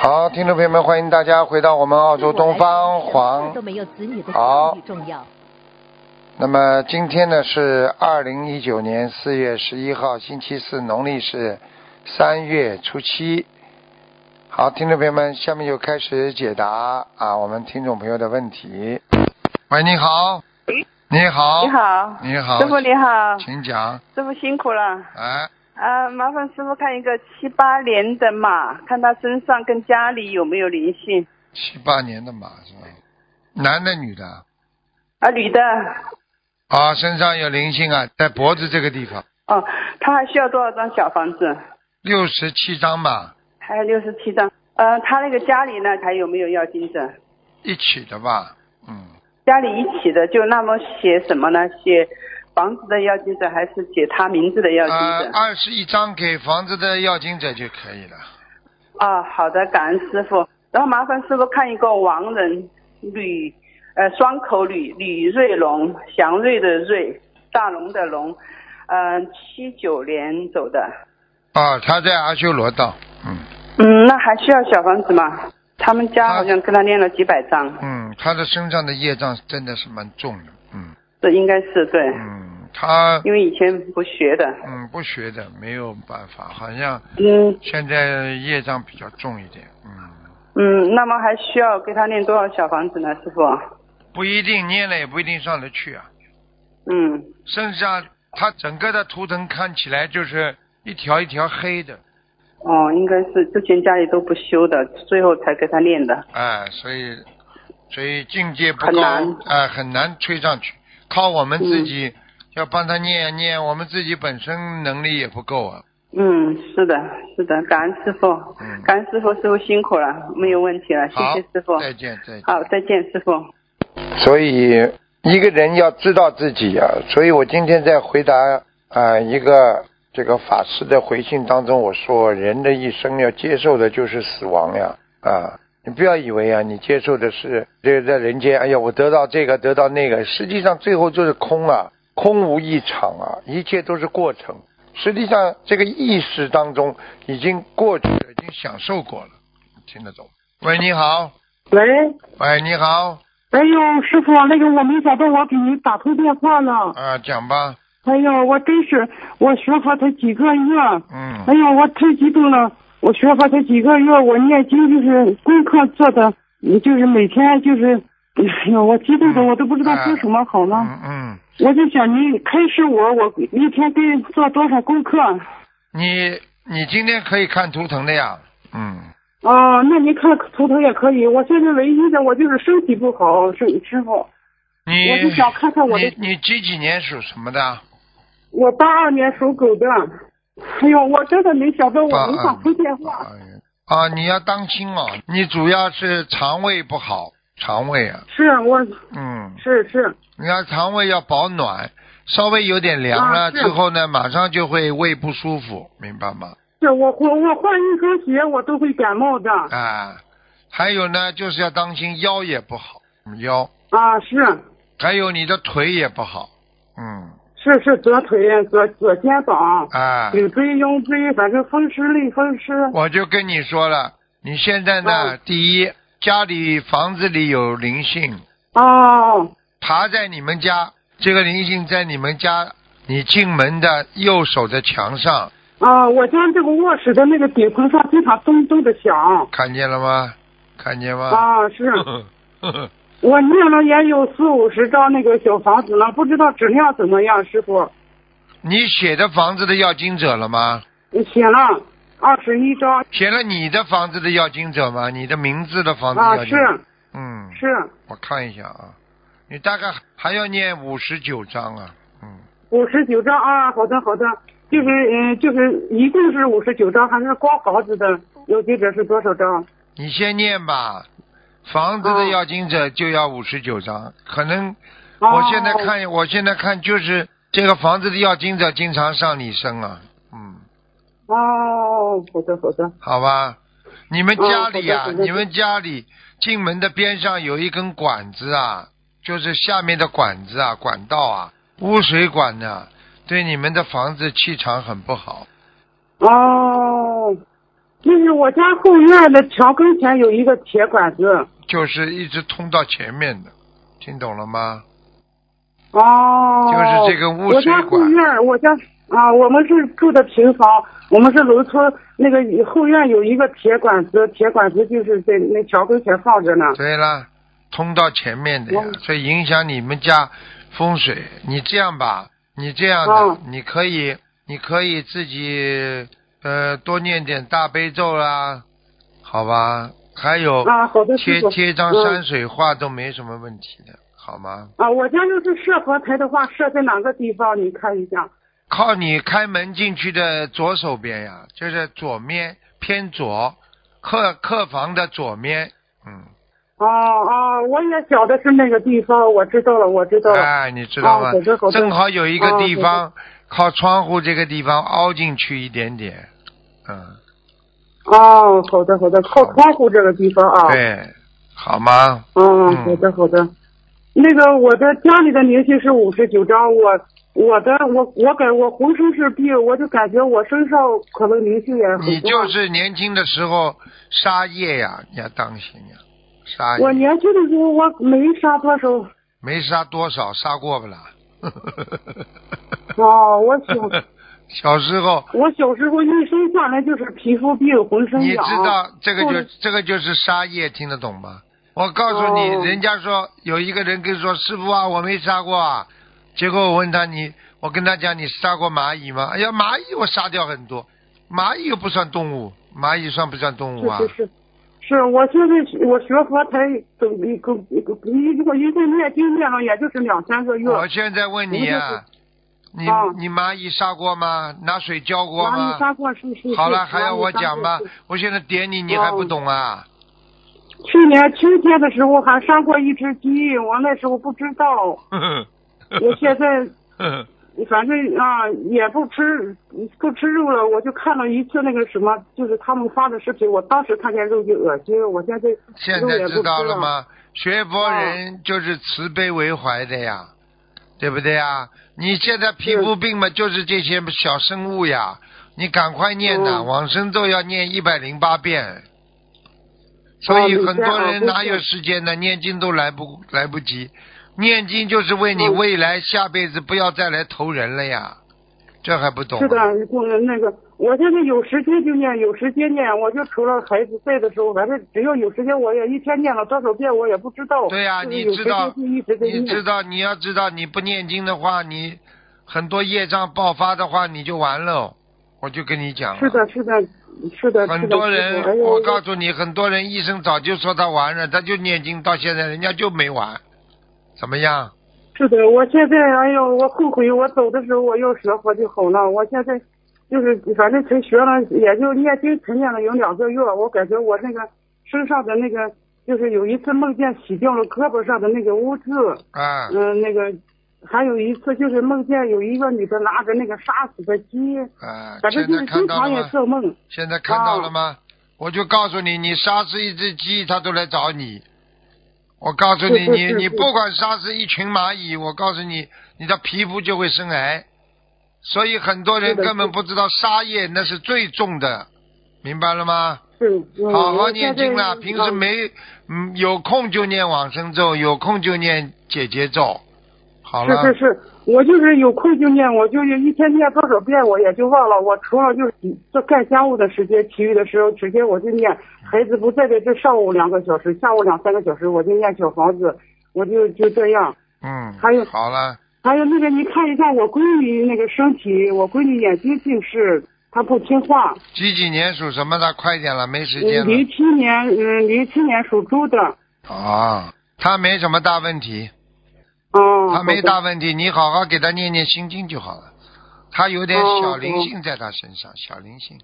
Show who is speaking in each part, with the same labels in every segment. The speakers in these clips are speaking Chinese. Speaker 1: 好，听众朋友们，欢迎大家回到我们澳洲东方黄
Speaker 2: 都没有子女的
Speaker 1: 好
Speaker 2: 教育重要。
Speaker 1: 那么今天呢是二零一九年四月十一号，星期四，农历是三月初七。好，听众朋友们，下面就开始解答啊我们听众朋友的问题。喂，你好，你好，
Speaker 3: 你，好，
Speaker 1: 你好，
Speaker 3: 师傅你好，
Speaker 1: 请讲。
Speaker 3: 师傅辛苦了。
Speaker 1: 哎，
Speaker 3: 啊，麻烦师傅看一个七八年的马，看他身上跟家里有没有灵性。
Speaker 1: 七八年的马是吧？男的女的？
Speaker 3: 啊，女的，
Speaker 1: 啊，身上有灵性啊，在脖子这个地方，
Speaker 3: 哦，他还需要多少张小房子？
Speaker 1: 六十七张吧，
Speaker 3: 还有六十七张。呃，他那个家里呢，还有没有要金者？
Speaker 1: 一起的吧，嗯。
Speaker 3: 家里一起的，就那么写什么呢？写房子的要金者，还是写他名字的要金
Speaker 1: 呃，
Speaker 3: 者？
Speaker 1: 二十一张给房子的要经者就可以了。
Speaker 3: 啊，好的，感恩师傅。然后麻烦师傅看一个亡人吕，呃，双口吕吕瑞龙，祥瑞的瑞，大龙的龙，嗯、呃，七九年走的。
Speaker 1: 啊，他在阿修罗道，嗯
Speaker 3: 嗯，那还需要小房子吗？他们家好像跟他念了几百张，
Speaker 1: 嗯，他的身上的业障真的是蛮重的，嗯
Speaker 3: 这应该是对，
Speaker 1: 嗯，他
Speaker 3: 因为以前不学的。
Speaker 1: 嗯不学的没有办法，好像
Speaker 3: 嗯
Speaker 1: 现在业障比较重一点，嗯，
Speaker 3: 嗯，那么还需要给他念多少小房子呢，师傅？
Speaker 1: 不一定念了也不一定上得去啊。
Speaker 3: 嗯，
Speaker 1: 身上他整个的图腾看起来就是一条一条黑的，
Speaker 3: 哦，应该是之前家里都不修的，最后才给他念的。
Speaker 1: 哎，所以所以境界不
Speaker 3: 很
Speaker 1: 高，
Speaker 3: 难嗯
Speaker 1: 哎，很难吹上去，靠我们自己、要帮他念啊念，我们自己本身能力也不够啊。
Speaker 3: 嗯，是的，是的，感恩师傅，
Speaker 1: 嗯
Speaker 3: 感恩师傅，师傅辛苦了，没有问题了，谢
Speaker 1: 好，
Speaker 3: 谢师傅。
Speaker 1: 再见再见。
Speaker 3: 好，再见，师傅。
Speaker 1: 所以一个人要知道自己啊。所以我今天在回答啊、呃一个这个法师的回信当中，我说人的一生要接受的就是死亡呀啊。你不要以为啊，你接受的是这个在人间，哎呀，我得到这个，得到那个，实际上最后就是空啊，空无一场啊，一切都是过程。实际上，这个意识当中已经过去了，已经享受过了，听得懂？喂，你好，
Speaker 4: 喂，
Speaker 1: 喂，你好，
Speaker 4: 哎呦，师傅，那个我没想到我给您打通电话了。
Speaker 1: 啊、讲吧，
Speaker 4: 哎呦，我真是，我学佛才几个月，
Speaker 1: 嗯。
Speaker 4: 哎呦，我太激动了。我学佛才几个月，我念经就是功课做的，嗯就是每天就是，哎呦，我激动的我都不知道说什么好了。
Speaker 1: 嗯嗯，
Speaker 4: 我就想您开示我，我一天该做多少功课？
Speaker 1: 你你今天可以看图腾的呀。嗯，
Speaker 4: 啊，那您看图腾也可以。我现在唯一的我就是身体不好，是师傅，
Speaker 1: 你
Speaker 4: 我就想看看我的
Speaker 1: 你你几几年属什么的？
Speaker 4: 我八二年属狗的。哎呦，我真的没想到我
Speaker 1: 八
Speaker 4: 能打
Speaker 1: 二
Speaker 4: 通电话。
Speaker 1: 哎呀啊，你要当心哦，你主要是肠胃不好，肠胃啊，
Speaker 4: 是，我
Speaker 1: 嗯，
Speaker 4: 是是，
Speaker 1: 你要肠胃要保暖，稍微有点凉了、
Speaker 4: 啊是
Speaker 1: 之后呢，马上就会胃不舒服，明白吗？
Speaker 4: 是我我我换一双鞋我都会感冒的
Speaker 1: 啊，还有呢，就是要当心腰也不好，腰，
Speaker 4: 啊，是
Speaker 1: 还有你的腿也不好，嗯，
Speaker 4: 是是左腿左左肩膀，
Speaker 1: 啊，
Speaker 4: 颈椎腰椎，反正风湿类风湿。
Speaker 1: 我就跟你说了，你现在呢，
Speaker 4: 嗯
Speaker 1: 第一，家里房子里有灵性，
Speaker 4: 哦
Speaker 1: 爬在你们家，这个灵性在你们家，你进门的右手的墙上，
Speaker 4: 啊，我家这个卧室的那个顶棚上经常咚咚的响
Speaker 1: 看见了吗？看见吗？
Speaker 4: 啊，是
Speaker 1: 呵呵呵呵
Speaker 4: 我念了也有四五十张那个小房子了，不知道质量怎么样，师傅。
Speaker 1: 你写的房子的要经者了吗？
Speaker 4: 你写嗯了二十一张
Speaker 1: 写了你的房子的要经者吗？你的名字的房子
Speaker 4: 啊，
Speaker 1: 要
Speaker 4: 是
Speaker 1: 经者？嗯，
Speaker 4: 是
Speaker 1: 我看一下啊，你大概还要念五十九章啊，嗯。
Speaker 4: 五十九张啊，好的好的，就是嗯、就是一共是五十九张，还是光房子的有记者是多少张？
Speaker 1: 你先念吧，房子的
Speaker 4: 嗯
Speaker 1: 要经者就要五十九张，可能
Speaker 4: 哦
Speaker 1: 我现在看，我现在看就是这个房子的要经者经常上你身啊，嗯，
Speaker 4: 哦，好的好的，
Speaker 1: 好吧，你们家里啊，
Speaker 4: 嗯好的好的
Speaker 1: 你们家里进门的边上有一根管子啊，就是下面的管子啊，管道啊，污水管啊呢、对你们的房子气场很不好，
Speaker 4: 哦，就是我家后院的墙根前有一个铁管子。
Speaker 1: 就是一直通到前面的，听懂了吗？
Speaker 4: 哦。
Speaker 1: 就是这个污
Speaker 4: 我
Speaker 1: 水
Speaker 4: 家后
Speaker 1: 管
Speaker 4: 院，我家啊，我们是住的平房，我们是农村，那个后院有一个铁管子，铁管子就是在那墙根前放着呢。
Speaker 1: 对啦，通到前面的呀
Speaker 4: 我，
Speaker 1: 所以影响你们家风水。你这样吧，你这样的，
Speaker 4: 嗯
Speaker 1: 你可以，你可以自己呃多念点大悲咒啦，好吧？还有、
Speaker 4: 啊，好的，师
Speaker 1: 贴
Speaker 4: 傅。
Speaker 1: 贴张
Speaker 4: 嗯
Speaker 1: 山水画都没什么问题的，好吗？
Speaker 4: 啊，我家要是设佛台的话，设在哪个地方？你看一下。
Speaker 1: 靠你开门进去的左手边呀，就是左面偏左，客客房的左面，嗯，
Speaker 4: 哦哦，我也晓得是那个地方，我知道了，我知道了。
Speaker 1: 哎，你知道吗
Speaker 4: 哦好的好？的
Speaker 1: 正好有一个
Speaker 4: 哦
Speaker 1: 地方靠窗户这个地方凹进去一点点，嗯，
Speaker 4: 哦，好的好的，靠
Speaker 1: 好
Speaker 4: 窗户这个地方啊。。
Speaker 1: 对，好吗？
Speaker 4: 嗯，
Speaker 1: 嗯
Speaker 4: 好的好的。那个我的家里的灵性是五十九张，我我的我我感我浑身是病，我就感觉我身上可能灵性也很多。
Speaker 1: 你就是年轻的时候杀业呀，你要当心呀，杀
Speaker 4: 我
Speaker 1: 业
Speaker 4: 年轻的时候我没杀多少，
Speaker 1: 没杀多少，杀过不啦？
Speaker 4: 哦，我小
Speaker 1: 小时候
Speaker 4: 我小时候一生下来就是皮肤病，浑身
Speaker 1: 你
Speaker 4: 痒。
Speaker 1: 知道这个
Speaker 4: 后来
Speaker 1: 就这个就是杀业，听得懂吗？我告诉你，
Speaker 4: 哦
Speaker 1: 人家说有一个人跟说师傅啊，我没杀过啊。结果我问他你，我跟他讲你杀过蚂蚁吗？哎呀，蚂蚁我杀掉很多，蚂蚁又不算动物，蚂蚁算不算动物啊？
Speaker 4: 是是是，是我现在学我学佛才等一个一个一我一个月经念了，也就是两三个月。
Speaker 1: 我现在问你啊，你
Speaker 4: 哦
Speaker 1: 你蚂蚁杀过吗？拿水浇过
Speaker 4: 蚂蚁
Speaker 1: 吗？
Speaker 4: 杀过是是。
Speaker 1: 好了，
Speaker 4: 是哦
Speaker 1: 还要我讲吗
Speaker 4: 蚂蚁杀过？
Speaker 1: 我现在点你，你还不懂啊？
Speaker 4: 是去年秋天的时候还杀过一只鸡，我那时候不知道， 我现在反正啊也不吃不吃肉了，我就看了一次那个什么，就是他们发的视频，我当时看见肉就恶心，我现在
Speaker 1: 现
Speaker 4: 肉
Speaker 1: 在
Speaker 4: 也不
Speaker 1: 知道
Speaker 4: 吃
Speaker 1: 了？吗？学佛人就是慈悲为怀的呀，对不对呀？你现在皮肤病嘛，就是这些小生物呀，你赶快念呐，
Speaker 4: 嗯
Speaker 1: 往生咒要念一百零八遍。所以
Speaker 4: 哦
Speaker 1: 很多
Speaker 4: 明白了
Speaker 1: 人哪
Speaker 4: 谢
Speaker 1: 有
Speaker 4: 谢
Speaker 1: 时间呢？念经都来不来不及，念经就是为你
Speaker 4: 嗯
Speaker 1: 未来下辈子不要再来投人了呀，这还不懂？啊
Speaker 4: 是的，我那个，我现在有时间就念，有时间念，我就除了孩子在的时候，反正只要有时间，我也一天念了多少遍，我也不知道。
Speaker 1: 对呀、
Speaker 4: 就是
Speaker 1: 你
Speaker 4: 有
Speaker 1: 知
Speaker 4: 时间
Speaker 1: 道，
Speaker 4: 就一直在
Speaker 1: 你
Speaker 4: 念。
Speaker 1: 知道，你要知道，你不念经的话，你很多业障爆发的话，你就完了。我就跟你讲了，
Speaker 4: 是的，是的，是的，
Speaker 1: 很多
Speaker 4: 是的哎
Speaker 1: 人，
Speaker 4: 呦、
Speaker 1: 我告诉你，很多人医生早就说他完了，他就念经到现在，人家就没完，怎么样？
Speaker 4: 是的，我现在哎呦，我后悔，我走的时候我要学佛就好了。我现在就是反正才学了，也就念经才念了有两个月，我感觉我那个身上的那个，就是有一次梦见洗掉了胳膊上的那个污渍。
Speaker 1: 啊，
Speaker 4: 嗯，那个还有一次就是梦见有一个女的拿着那个杀死的鸡，
Speaker 1: 啊，
Speaker 4: 反正
Speaker 1: 现
Speaker 4: 就
Speaker 1: 在
Speaker 4: 是
Speaker 1: 看
Speaker 4: 经
Speaker 1: 到了
Speaker 4: 常也
Speaker 1: 吗？
Speaker 4: 做梦。
Speaker 1: 现在看到了
Speaker 4: 哦
Speaker 1: 吗？我就告诉你，你杀死一只鸡，它都来找你。我告诉你，
Speaker 4: 是是
Speaker 1: 你
Speaker 4: 是
Speaker 1: 你
Speaker 4: 是
Speaker 1: 不管杀死一群蚂蚁，我告诉你，你的皮肤就会生癌。所以很多人
Speaker 4: 是的
Speaker 1: 根本
Speaker 4: 是
Speaker 1: 不知道杀业那是最重的，明白了吗？
Speaker 4: 是，嗯、
Speaker 1: 好好
Speaker 4: 我
Speaker 1: 念
Speaker 4: 现
Speaker 1: 经
Speaker 4: 在
Speaker 1: 啦，
Speaker 4: 嗯
Speaker 1: 平时没嗯有空就念往生咒，有空就念解结咒。好了，
Speaker 4: 是是是，我就是有空就念，我就是一天念多少遍我也就忘了。我除了就是这干家务的时间，其余的时候直接我就
Speaker 1: 嗯
Speaker 4: 念。孩子不在的这上午两个小时，下午两三个小时我就念小房子，我就就这样。
Speaker 1: 嗯，
Speaker 4: 还有
Speaker 1: 好了，
Speaker 4: 还有那个，你看一下我闺女那个身体，我闺女眼睛近视，她不听话。
Speaker 1: 几几年属什么的？快点了，没时间了。
Speaker 4: 零七年，嗯，零七年属猪的，
Speaker 1: 啊，他没什么大问题，
Speaker 4: 哦，
Speaker 1: 他没
Speaker 4: 好的，
Speaker 1: 大问题，你好好给他念念心经就好了。他有点
Speaker 4: 哦
Speaker 1: 小灵性在他身上，小灵
Speaker 4: 嗯
Speaker 1: 性，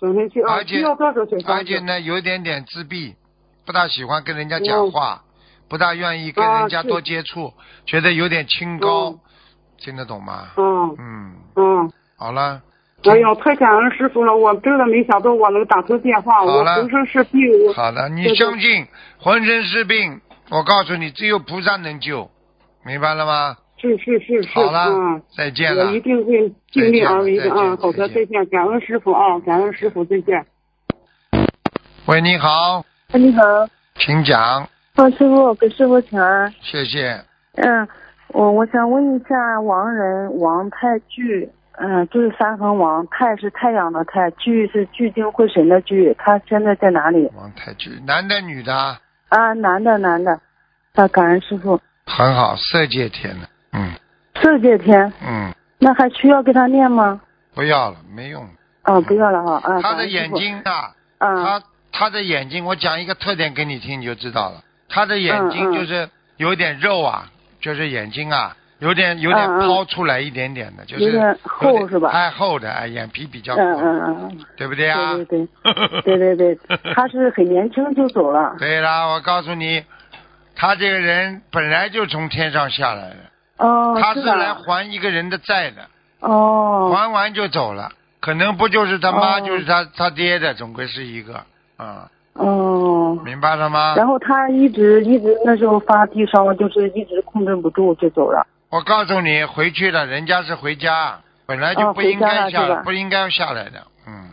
Speaker 4: 小灵性啊，
Speaker 1: 而且
Speaker 4: 需要多少小房
Speaker 1: 而
Speaker 4: 子
Speaker 1: 且？呢有点点自闭，不大喜欢跟人家讲话，不大愿意跟
Speaker 4: 嗯啊
Speaker 1: 人家
Speaker 4: 是
Speaker 1: 多接触，觉得有点清高，
Speaker 4: 嗯
Speaker 1: 听得懂吗？
Speaker 4: 嗯
Speaker 1: 嗯，
Speaker 4: 嗯，
Speaker 1: 好了，
Speaker 4: 哎呦，太感恩师傅了，我真的没想到我能打通电话，
Speaker 1: 好
Speaker 4: 我
Speaker 1: 了
Speaker 4: 浑身是病，我
Speaker 1: 好了，
Speaker 4: 对
Speaker 1: 你
Speaker 4: 对
Speaker 1: 相信浑身是病，我告诉你，只有菩萨能救，明白了吗？
Speaker 4: 是是是是，
Speaker 1: 好了
Speaker 4: 嗯，，
Speaker 1: 再见了
Speaker 4: 我一。定会尽力而为的
Speaker 1: 再见
Speaker 4: 啊，
Speaker 1: 再见
Speaker 4: 好的，
Speaker 1: 再
Speaker 4: 哦再见，感恩师傅啊，感恩师傅，再见。
Speaker 1: 喂，你好，
Speaker 2: 哎，你好，
Speaker 1: 请讲，
Speaker 2: 哦，师傅给师傅请安。
Speaker 1: 谢谢。
Speaker 2: 嗯，我我想问一下，王人王太聚，嗯，就是三横王，太是太阳的太，聚是聚精会神的聚，他现在在哪里？
Speaker 1: 王太菊，男的女的啊？
Speaker 2: 啊，男的男的，啊，感恩师傅。
Speaker 1: 很好，色界天的，嗯
Speaker 2: 四界天，
Speaker 1: 嗯，
Speaker 2: 那还需要给他念吗？
Speaker 1: 不要了，没用。
Speaker 2: 啊，不要了哈，啊，
Speaker 1: 他
Speaker 2: 感
Speaker 1: 的
Speaker 2: 恩师
Speaker 1: 眼
Speaker 2: 傅。
Speaker 1: 睛啊，
Speaker 2: 啊
Speaker 1: 他他的眼睛，我讲一个特点给你听，你就知道了。他的眼睛
Speaker 2: 嗯嗯
Speaker 1: 就是有点肉啊，就是眼睛啊，有点有点
Speaker 2: 嗯嗯
Speaker 1: 抛出来一点点的，就是
Speaker 2: 有点厚
Speaker 1: 有点
Speaker 2: 是吧
Speaker 1: 哎，厚的，哎，眼皮比较厚，
Speaker 2: 嗯嗯嗯，
Speaker 1: 对不对啊？
Speaker 2: 嗯，对对 对对对对，他是很年轻就走了。
Speaker 1: 对啦，我告诉你，他这个人本来就从天上下来的，
Speaker 2: 哦，
Speaker 1: 他是
Speaker 2: 是
Speaker 1: 来
Speaker 2: 吧？
Speaker 1: 还一个人的债的，
Speaker 2: 哦，
Speaker 1: 还完就走了。可能不就是他妈，
Speaker 2: 哦
Speaker 1: 就是他他爹的，总归是一个，啊、
Speaker 2: 哦。
Speaker 1: 明白了吗？
Speaker 2: 然后他一直一直那时候发低烧，就是一直控制不住就走了。
Speaker 1: 我告诉你，回去了，人家是回家，本来就
Speaker 2: 哦
Speaker 1: 不应该下
Speaker 2: 回家了是
Speaker 1: 来，
Speaker 2: 吧
Speaker 1: 不应该下来的。嗯，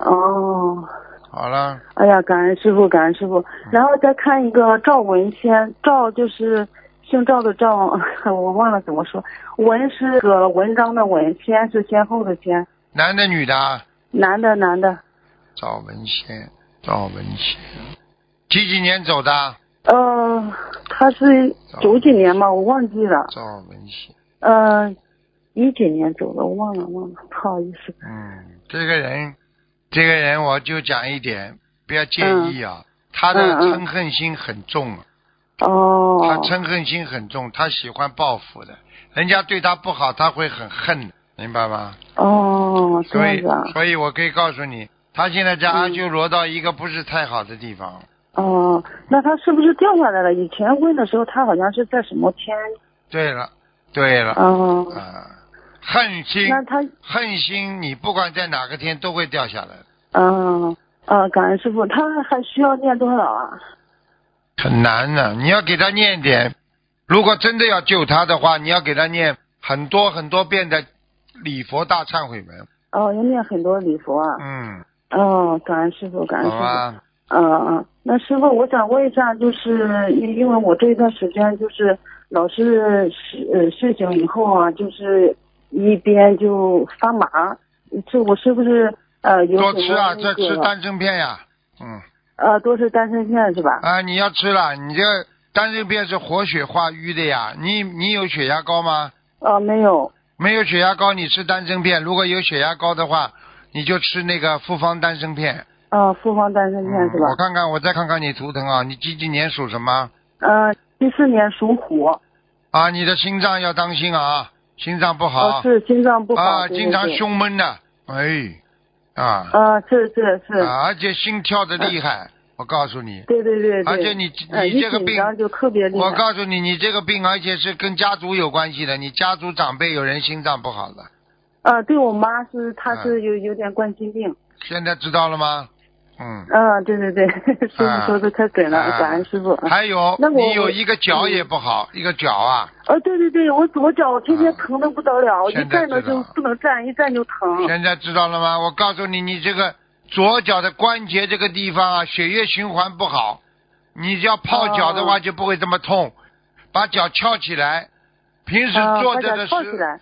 Speaker 2: 哦，
Speaker 1: 好了，
Speaker 2: 哎呀，感恩师傅，感恩师傅。然后再看一个赵文先，赵就是姓赵的赵， 我忘了怎么说。文是个文章的文，先是先后的先，
Speaker 1: 男的女的啊？
Speaker 2: 男的男的，
Speaker 1: 赵文先，赵文先，几几年走的？
Speaker 2: 呃，他是九几年嘛，我忘记了，
Speaker 1: 赵文先，
Speaker 2: 呃，一几年走的，我忘了忘了，不好意思。
Speaker 1: 嗯，这个人，这个人我就讲一点，不要介意啊。他的
Speaker 2: 嗯嗯
Speaker 1: 嗔恨心很重啊，
Speaker 2: 哦，
Speaker 1: 他嗔恨心很重，他喜欢报复的，人家对他不好，他会很恨的，明白吗？
Speaker 2: 哦，这
Speaker 1: 所
Speaker 2: 样
Speaker 1: 以
Speaker 2: 子啊，，
Speaker 1: 所以我可以告诉你，他现在在阿
Speaker 2: 嗯
Speaker 1: 修罗到一个不是太好的地方，
Speaker 2: 哦，那他是不是掉下来了？以前问的时候，他好像是在什么天？
Speaker 1: 对了，对了，
Speaker 2: 哦，
Speaker 1: 啊，嗯恨心，
Speaker 2: 那他，
Speaker 1: 恨心，你不管在哪个天都会掉下来的，
Speaker 2: 哦，啊，感恩师傅，他还需要念多少啊？
Speaker 1: 很难呢、你要给他念点，如果真的要救他的话，你要给他念很多很多遍的礼佛大忏悔文，
Speaker 2: 哦，要念很多礼佛啊。
Speaker 1: 嗯，
Speaker 2: 哦，感恩师傅，感恩师
Speaker 1: 好啊
Speaker 2: 傅。
Speaker 1: 吧，
Speaker 2: 嗯嗯，那师傅，我想问一下，就是因因为我这一段时间就是老是睡呃睡醒以后啊，就是一边就发麻，这我是不是呃有
Speaker 1: 多
Speaker 2: 什
Speaker 1: 吃
Speaker 2: 么
Speaker 1: 啊，
Speaker 2: 那
Speaker 1: 这
Speaker 2: 个
Speaker 1: 吃丹参片呀、嗯，
Speaker 2: 呃多吃丹参片是吧？
Speaker 1: 啊，你要吃了，你这个丹参片是活血化瘀的呀，你你有血压高吗？
Speaker 2: 哦，没有。
Speaker 1: 没有血压高，你吃丹参片；如果有血压高的话，你就吃那个复方丹参片。
Speaker 2: 啊，复方丹参片
Speaker 1: 嗯
Speaker 2: 是吧
Speaker 1: 我？看看，我再看看你图腾啊，你几几年属什么？
Speaker 2: 嗯，七四年属虎，
Speaker 1: 啊，你的心脏要当心啊，心脏不好
Speaker 2: 哦，是心脏不好，
Speaker 1: 啊，
Speaker 2: 对
Speaker 1: 经常。
Speaker 2: 对对
Speaker 1: 胸闷的，哎，啊
Speaker 2: 啊，是是是，嗯
Speaker 1: 啊，而且心跳的厉害，我告诉你，
Speaker 2: 对对对对。
Speaker 1: 而且你
Speaker 2: 呃
Speaker 1: 你
Speaker 2: 一
Speaker 1: 这个
Speaker 2: 紧
Speaker 1: 病
Speaker 2: 张就特别厉害。
Speaker 1: 我告诉你，你这个病而且是跟家族有关系的，你家族长辈有人心脏不好的，
Speaker 2: 啊，对我妈是，她
Speaker 1: 嗯
Speaker 2: 是有有点冠心病。
Speaker 1: 现在知道了吗？嗯。
Speaker 2: 啊，对对对，师傅 说的太准了，
Speaker 1: 啊
Speaker 2: 感恩师傅。啊
Speaker 1: 还有
Speaker 2: 那，我嗯
Speaker 1: 你有一个脚也不好，一个脚啊，
Speaker 2: 啊，对对对，我左脚天天
Speaker 1: 啊
Speaker 2: 疼的不得了，我一
Speaker 1: 现在
Speaker 2: 站着
Speaker 1: 知道
Speaker 2: 就不能站，一站就疼。
Speaker 1: 现在知道了吗？我告诉你，你这个左脚的关节这个地方啊，血液循环不好，你要泡脚的
Speaker 2: 哦
Speaker 1: 话就不会这么痛，把脚翘起来。平时
Speaker 2: 啊，
Speaker 1: 坐
Speaker 2: 把
Speaker 1: 着
Speaker 2: 脚
Speaker 1: 的时，
Speaker 2: 翘起来。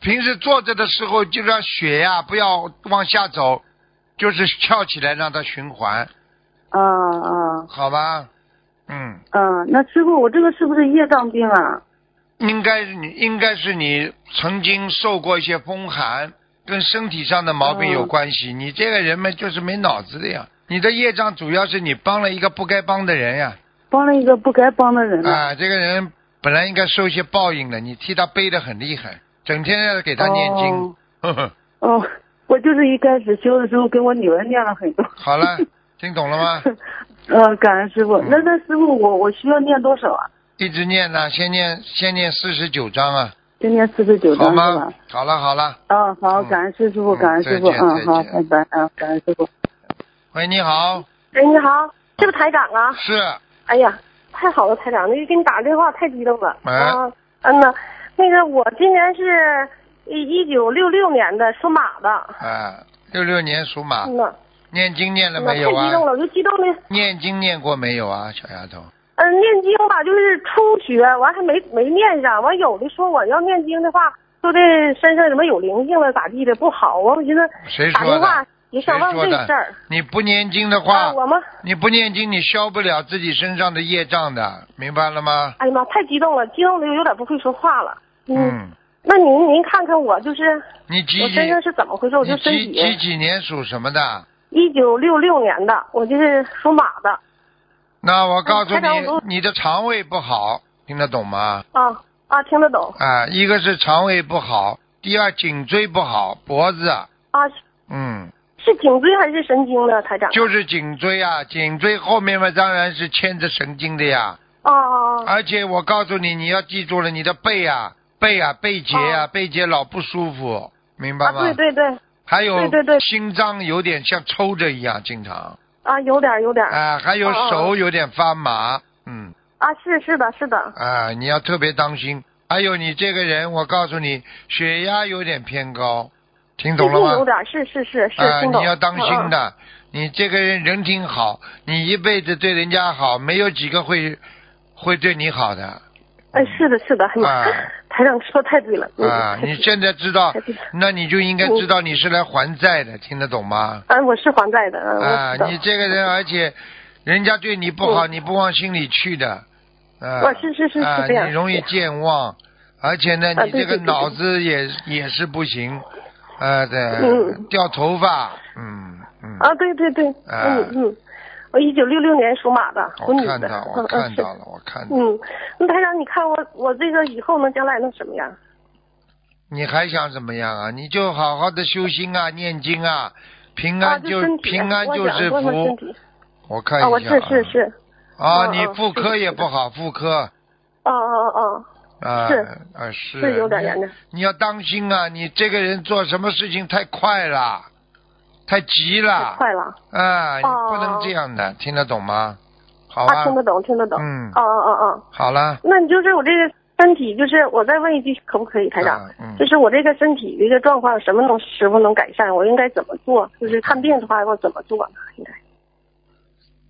Speaker 1: 平时坐着的时候就让血呀、不要往下走，就是翘起来让它循环，
Speaker 2: 啊啊
Speaker 1: 好吧？嗯，
Speaker 2: 啊！那师傅，我这个是不是业障病啊？
Speaker 1: 应该是你，应该是你曾经受过一些风寒，跟身体上的毛病有关系。你这个人们就是没脑子的呀。你的业障主要是你帮了一个不该帮的人呀。
Speaker 2: 帮了一个不该帮的人了。
Speaker 1: 啊，这个人本来应该受一些报应的，你替他背的很厉害，整天要给他念经。
Speaker 2: 哦
Speaker 1: 呵呵，
Speaker 2: 哦，我就是一开始修的时候给我女儿念了很多。
Speaker 1: 好嗯了，听懂了 吗？
Speaker 2: 呃，感恩师傅。那那师傅，我我需要念多少啊？
Speaker 1: 一直念呢，先念先念四十九章啊，
Speaker 2: 今天四十九
Speaker 1: 好
Speaker 2: 章是
Speaker 1: 吗
Speaker 2: 吧？？
Speaker 1: 好了好了，
Speaker 2: 啊，好，
Speaker 1: 嗯
Speaker 2: 感恩师傅，
Speaker 1: 嗯
Speaker 2: 感恩师傅，
Speaker 1: 再见再
Speaker 2: 嗯，好，
Speaker 1: 见
Speaker 2: 拜拜，啊，感恩师傅。
Speaker 1: 喂，你好，
Speaker 5: 哎，你好，是不是台长啊？
Speaker 1: 是
Speaker 5: 哎呀，太好了，台长，那给你打个电话太激动了。
Speaker 1: 哎
Speaker 5: 啊，嗯呐，那个我今年是一一九六六年的，属马的。
Speaker 1: 啊啊，六六年属马，
Speaker 5: 嗯呐，
Speaker 1: 念经念了
Speaker 5: 哎
Speaker 1: 没
Speaker 5: 呀
Speaker 1: 有
Speaker 5: 太激动
Speaker 1: 啊？
Speaker 5: 了，我就激动的，
Speaker 1: 念经念过没有啊，小丫头？
Speaker 5: 嗯，念经吧，就是初学，完还没没念上，完有的说我要念经的话，说这身上怎么有灵性了咋地的不好啊，我寻思
Speaker 1: 谁
Speaker 5: 打
Speaker 1: 说
Speaker 5: 电
Speaker 1: 的
Speaker 5: 话？也
Speaker 1: 谁
Speaker 5: 想问
Speaker 1: 说
Speaker 5: 问这事
Speaker 1: 的
Speaker 5: 儿。？
Speaker 1: 你不念经的
Speaker 5: 啊，
Speaker 1: 话，
Speaker 5: 我们，
Speaker 1: 你不念经，你消不了自己身上的业障的，明白了吗？
Speaker 5: 哎呀妈，太激动了，激动的有点不会说话了。嗯，
Speaker 1: 嗯，
Speaker 5: 那您您看看我就是
Speaker 1: 你几
Speaker 5: 我
Speaker 1: 几？
Speaker 5: 身上是怎么回事？我
Speaker 1: 你
Speaker 5: 就身
Speaker 1: 几几
Speaker 5: 体
Speaker 1: 几年属什么的？
Speaker 5: 一九六六年的，我就是属马的
Speaker 1: 那我告诉
Speaker 5: 台长嗯我
Speaker 1: 你，你的肠胃不好，听得懂吗？
Speaker 5: 啊啊，听得懂
Speaker 1: 啊，一个是肠胃不好，第二颈椎不好，脖子，
Speaker 5: 啊？
Speaker 1: 嗯，
Speaker 5: 是颈椎还是神经呢，台长？
Speaker 1: 就是颈椎啊，颈椎后面嘛，当然是牵着神经的呀。
Speaker 5: 啊啊啊！
Speaker 1: 而且我告诉你，你要记住了，你的背啊，背啊，背节啊，
Speaker 5: 哦
Speaker 1: 背节老不舒服，明白
Speaker 5: 啊，
Speaker 1: 吗？
Speaker 5: 对对对，
Speaker 1: 还有
Speaker 5: 对对对
Speaker 1: 心脏有点像抽着一样，经常
Speaker 5: 啊，有点儿有点儿
Speaker 1: 啊，还有
Speaker 5: 哦哦
Speaker 1: 手有点发麻，嗯
Speaker 5: 啊，是是的，是的，
Speaker 1: 啊，你要特别当心。还有你这个人，我告诉你，血压有点偏高，听
Speaker 5: 最
Speaker 1: 懂了
Speaker 5: 近有
Speaker 1: 吗？
Speaker 5: 点儿是是是是
Speaker 1: 啊，，
Speaker 5: 听懂。
Speaker 1: 你要当心
Speaker 5: 啊。
Speaker 1: 的。你这个人人挺好，你一辈子对人家好，没有几个会会对你好的
Speaker 5: 哎，是的，是的，哎呀妈
Speaker 1: 啊
Speaker 5: 台长说太对了。嗯
Speaker 1: 啊！
Speaker 5: 太对
Speaker 1: 你
Speaker 5: 了
Speaker 1: 现在知 道
Speaker 5: 太对了，
Speaker 1: 那你就应该知道你是来还债的，听得懂吗？
Speaker 5: 哎，我是还债的，嗯
Speaker 1: 啊
Speaker 5: 我知，道
Speaker 1: 你这个人，而且人家对你不好，你不往心里去的，啊，
Speaker 5: 我是是是是
Speaker 1: 啊，
Speaker 5: 这样
Speaker 1: 你容易健忘，而且呢，
Speaker 5: 啊
Speaker 1: 你
Speaker 5: 对
Speaker 1: 这个
Speaker 5: 对对
Speaker 1: 脑子也也是不行，啊，对
Speaker 5: 嗯，
Speaker 1: 掉头发，嗯嗯，
Speaker 5: 啊，对对对，
Speaker 1: 啊
Speaker 5: 嗯嗯，我一九六六年属马的，
Speaker 1: 我
Speaker 5: 女
Speaker 1: 看
Speaker 5: 的，
Speaker 1: 到，
Speaker 5: 嗯
Speaker 1: 我
Speaker 5: 嗯
Speaker 1: 看
Speaker 5: 是
Speaker 1: 到了，我看到，
Speaker 5: 嗯，那台长，你看我我这个以后呢，将来能什么样？
Speaker 1: 你还想怎么样啊？你就好好的修心 啊，念经啊，平
Speaker 5: 啊，
Speaker 1: 安
Speaker 5: 就身体，
Speaker 1: 平安
Speaker 5: 我
Speaker 1: 就
Speaker 5: 想
Speaker 1: 是
Speaker 5: 问问
Speaker 1: 福，
Speaker 5: 身体。
Speaker 1: 我看
Speaker 5: 啊，我
Speaker 1: 一下嗯
Speaker 5: 是是是，
Speaker 1: 啊，
Speaker 5: 嗯
Speaker 1: 你
Speaker 5: 嗯
Speaker 1: 妇
Speaker 5: 是的
Speaker 1: 科也
Speaker 5: 是的
Speaker 1: 不好，妇科，
Speaker 5: 哦哦哦，
Speaker 1: 啊
Speaker 5: 是
Speaker 1: 啊是
Speaker 5: 是有点
Speaker 1: 你
Speaker 5: 严重
Speaker 1: 你要当心啊！你这个人做什么事情太快了，太急了
Speaker 5: 太快了
Speaker 1: 啊！你
Speaker 5: 哦
Speaker 1: 不能这样的，听得懂吗？好吧
Speaker 5: 啊，，听得懂听得懂。
Speaker 1: 嗯
Speaker 5: 哦哦哦哦，
Speaker 1: 好了，
Speaker 5: 那你就是我这个身体，就是我再问一句，可不可以，台长
Speaker 1: 啊？嗯
Speaker 5: 就是我这个身体的一个状况，什么能时候能改善？我应该怎么做？就是看病的话，我怎么做呢？应该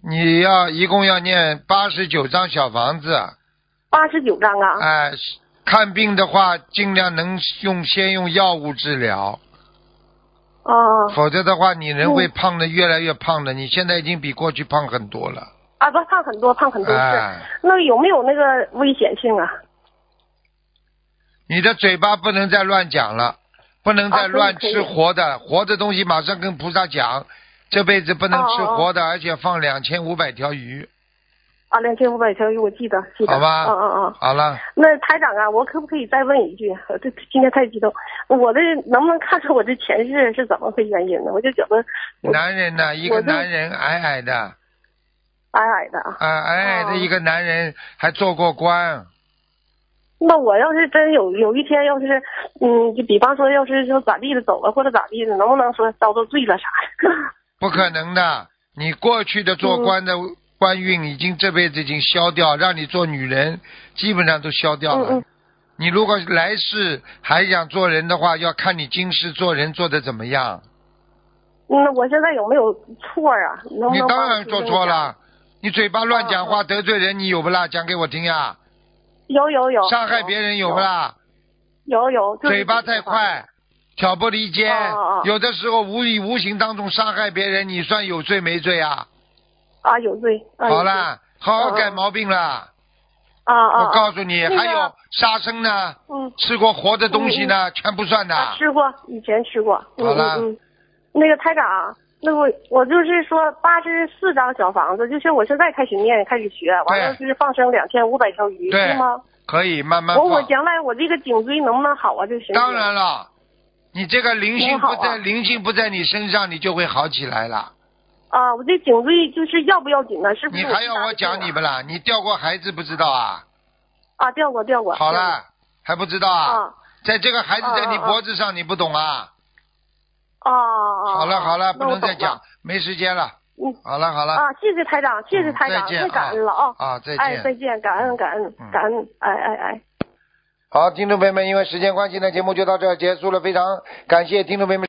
Speaker 1: 你要一共要念八十九张小房子，
Speaker 5: 八十九张啊。
Speaker 1: 哎、看病的话尽量能用先用药物治疗，
Speaker 5: 哦
Speaker 1: 否则的话你人会
Speaker 5: 嗯
Speaker 1: 胖的越来越胖的。你现在已经比过去胖很多了，
Speaker 5: 啊，不胖很多，胖很多是。
Speaker 1: 哎。
Speaker 5: 那有没有那个危险性啊？
Speaker 1: 你的嘴巴不能再乱讲
Speaker 5: 哦
Speaker 1: 了，不能再乱吃活的，活的东西马上跟菩萨讲，这辈子不能吃活
Speaker 5: 哦
Speaker 1: 的，而且放两千五百条鱼，
Speaker 5: 啊，两千五百条鱼，我记得记得。
Speaker 1: 好吧？
Speaker 5: 嗯嗯嗯。
Speaker 1: 好了，
Speaker 5: 那台长啊，我可不可以再问一句？我这今天太激动，我这能不能看出我这前世是怎么回原因呢？我就觉得我
Speaker 1: 男人呢，一个
Speaker 5: 我就
Speaker 1: 男人矮矮的，啊、
Speaker 5: 矮矮的啊。
Speaker 1: 矮矮的
Speaker 5: 哦
Speaker 1: 一个男人还做过官，
Speaker 5: 那我要是真有有一天，要是嗯，就比方说，要是说咋地的走了，或者咋地的，能不能说遭到罪了啥的？
Speaker 1: 不可能的。你过去的做官的
Speaker 5: 嗯
Speaker 1: 官运已经这辈子已经消掉，让你做女人基本上都消掉了。
Speaker 5: 嗯嗯
Speaker 1: 你如果来世还想做人的话，要看你今世做人做的怎么样。
Speaker 5: 那我现在有没有错啊？能不
Speaker 1: 你当
Speaker 5: 能帮我嗯
Speaker 1: 然
Speaker 5: 纠
Speaker 1: 做
Speaker 5: 正一
Speaker 1: 错
Speaker 5: 下。
Speaker 1: 了，你嘴巴乱讲话得罪人，你有不啦？讲给我听呀！
Speaker 5: 有有有。
Speaker 1: 伤害别人有不啦？
Speaker 5: 有？有哦有。就是
Speaker 1: 嘴巴
Speaker 5: 这
Speaker 1: 太
Speaker 5: 句话。
Speaker 1: 快，挑拨离间
Speaker 5: 哦哦，
Speaker 1: 有的时候无意无形当中伤害别人，你算有罪没罪啊？
Speaker 5: 啊，有罪。啊、
Speaker 1: 好
Speaker 5: 有罪。
Speaker 1: 啦，好好
Speaker 5: 嗯
Speaker 1: 改
Speaker 5: 嗯
Speaker 1: 毛病啦！
Speaker 5: 啊啊。
Speaker 1: 我
Speaker 5: 啊
Speaker 1: 告诉你，
Speaker 5: 那个
Speaker 1: 还有杀生呢，
Speaker 5: 嗯。
Speaker 1: 吃过活的东西呢，全不算的
Speaker 5: 啊，。吃过，以前吃过。嗯
Speaker 1: 好啦
Speaker 5: 嗯嗯。那个台长，那我我就是说八十四张小房子，就是我现在开始念，开始学，完了就是放生两千五百条鱼，
Speaker 1: 对
Speaker 5: 是吗？
Speaker 1: 可以慢慢
Speaker 5: 我我
Speaker 1: 放。
Speaker 5: 将来我这个颈椎能不能好啊？这神经
Speaker 1: 当然了，你这个灵性不
Speaker 5: 挺好
Speaker 1: 在，
Speaker 5: 啊
Speaker 1: 灵性不在你身上，你就会好起来了。
Speaker 5: 啊，我这颈椎就是要不要紧呢？是不是
Speaker 1: 你
Speaker 5: 我
Speaker 1: 还
Speaker 5: 是
Speaker 1: 要
Speaker 5: 大
Speaker 1: 我
Speaker 5: 的病
Speaker 1: 讲你
Speaker 5: 啊
Speaker 1: 不啦？你掉过孩子不知道啊？
Speaker 5: 啊？掉过掉过。
Speaker 1: 好
Speaker 5: 掉
Speaker 1: 了，还不知道
Speaker 5: 过。
Speaker 1: 啊？
Speaker 5: 啊
Speaker 1: 在这个孩子在你
Speaker 5: 啊啊啊
Speaker 1: 脖子上，你不懂啊？
Speaker 5: 啊啊！
Speaker 1: 好了好了，不
Speaker 5: 那我
Speaker 1: 能再
Speaker 5: 懂了
Speaker 1: 讲。，没时间了。
Speaker 5: 嗯
Speaker 1: 好了好了，
Speaker 5: 啊，谢谢台长，谢谢
Speaker 1: 嗯
Speaker 5: 台长，
Speaker 1: 再见
Speaker 5: 太感恩了啊！
Speaker 1: 啊再
Speaker 5: 哎，再
Speaker 1: 见。
Speaker 5: 见，感恩感恩
Speaker 1: 嗯
Speaker 5: 感恩，哎哎哎。
Speaker 1: 好，听众朋友们，因为时间关系呢，节目就到这儿结束了。非常感谢听众朋友们。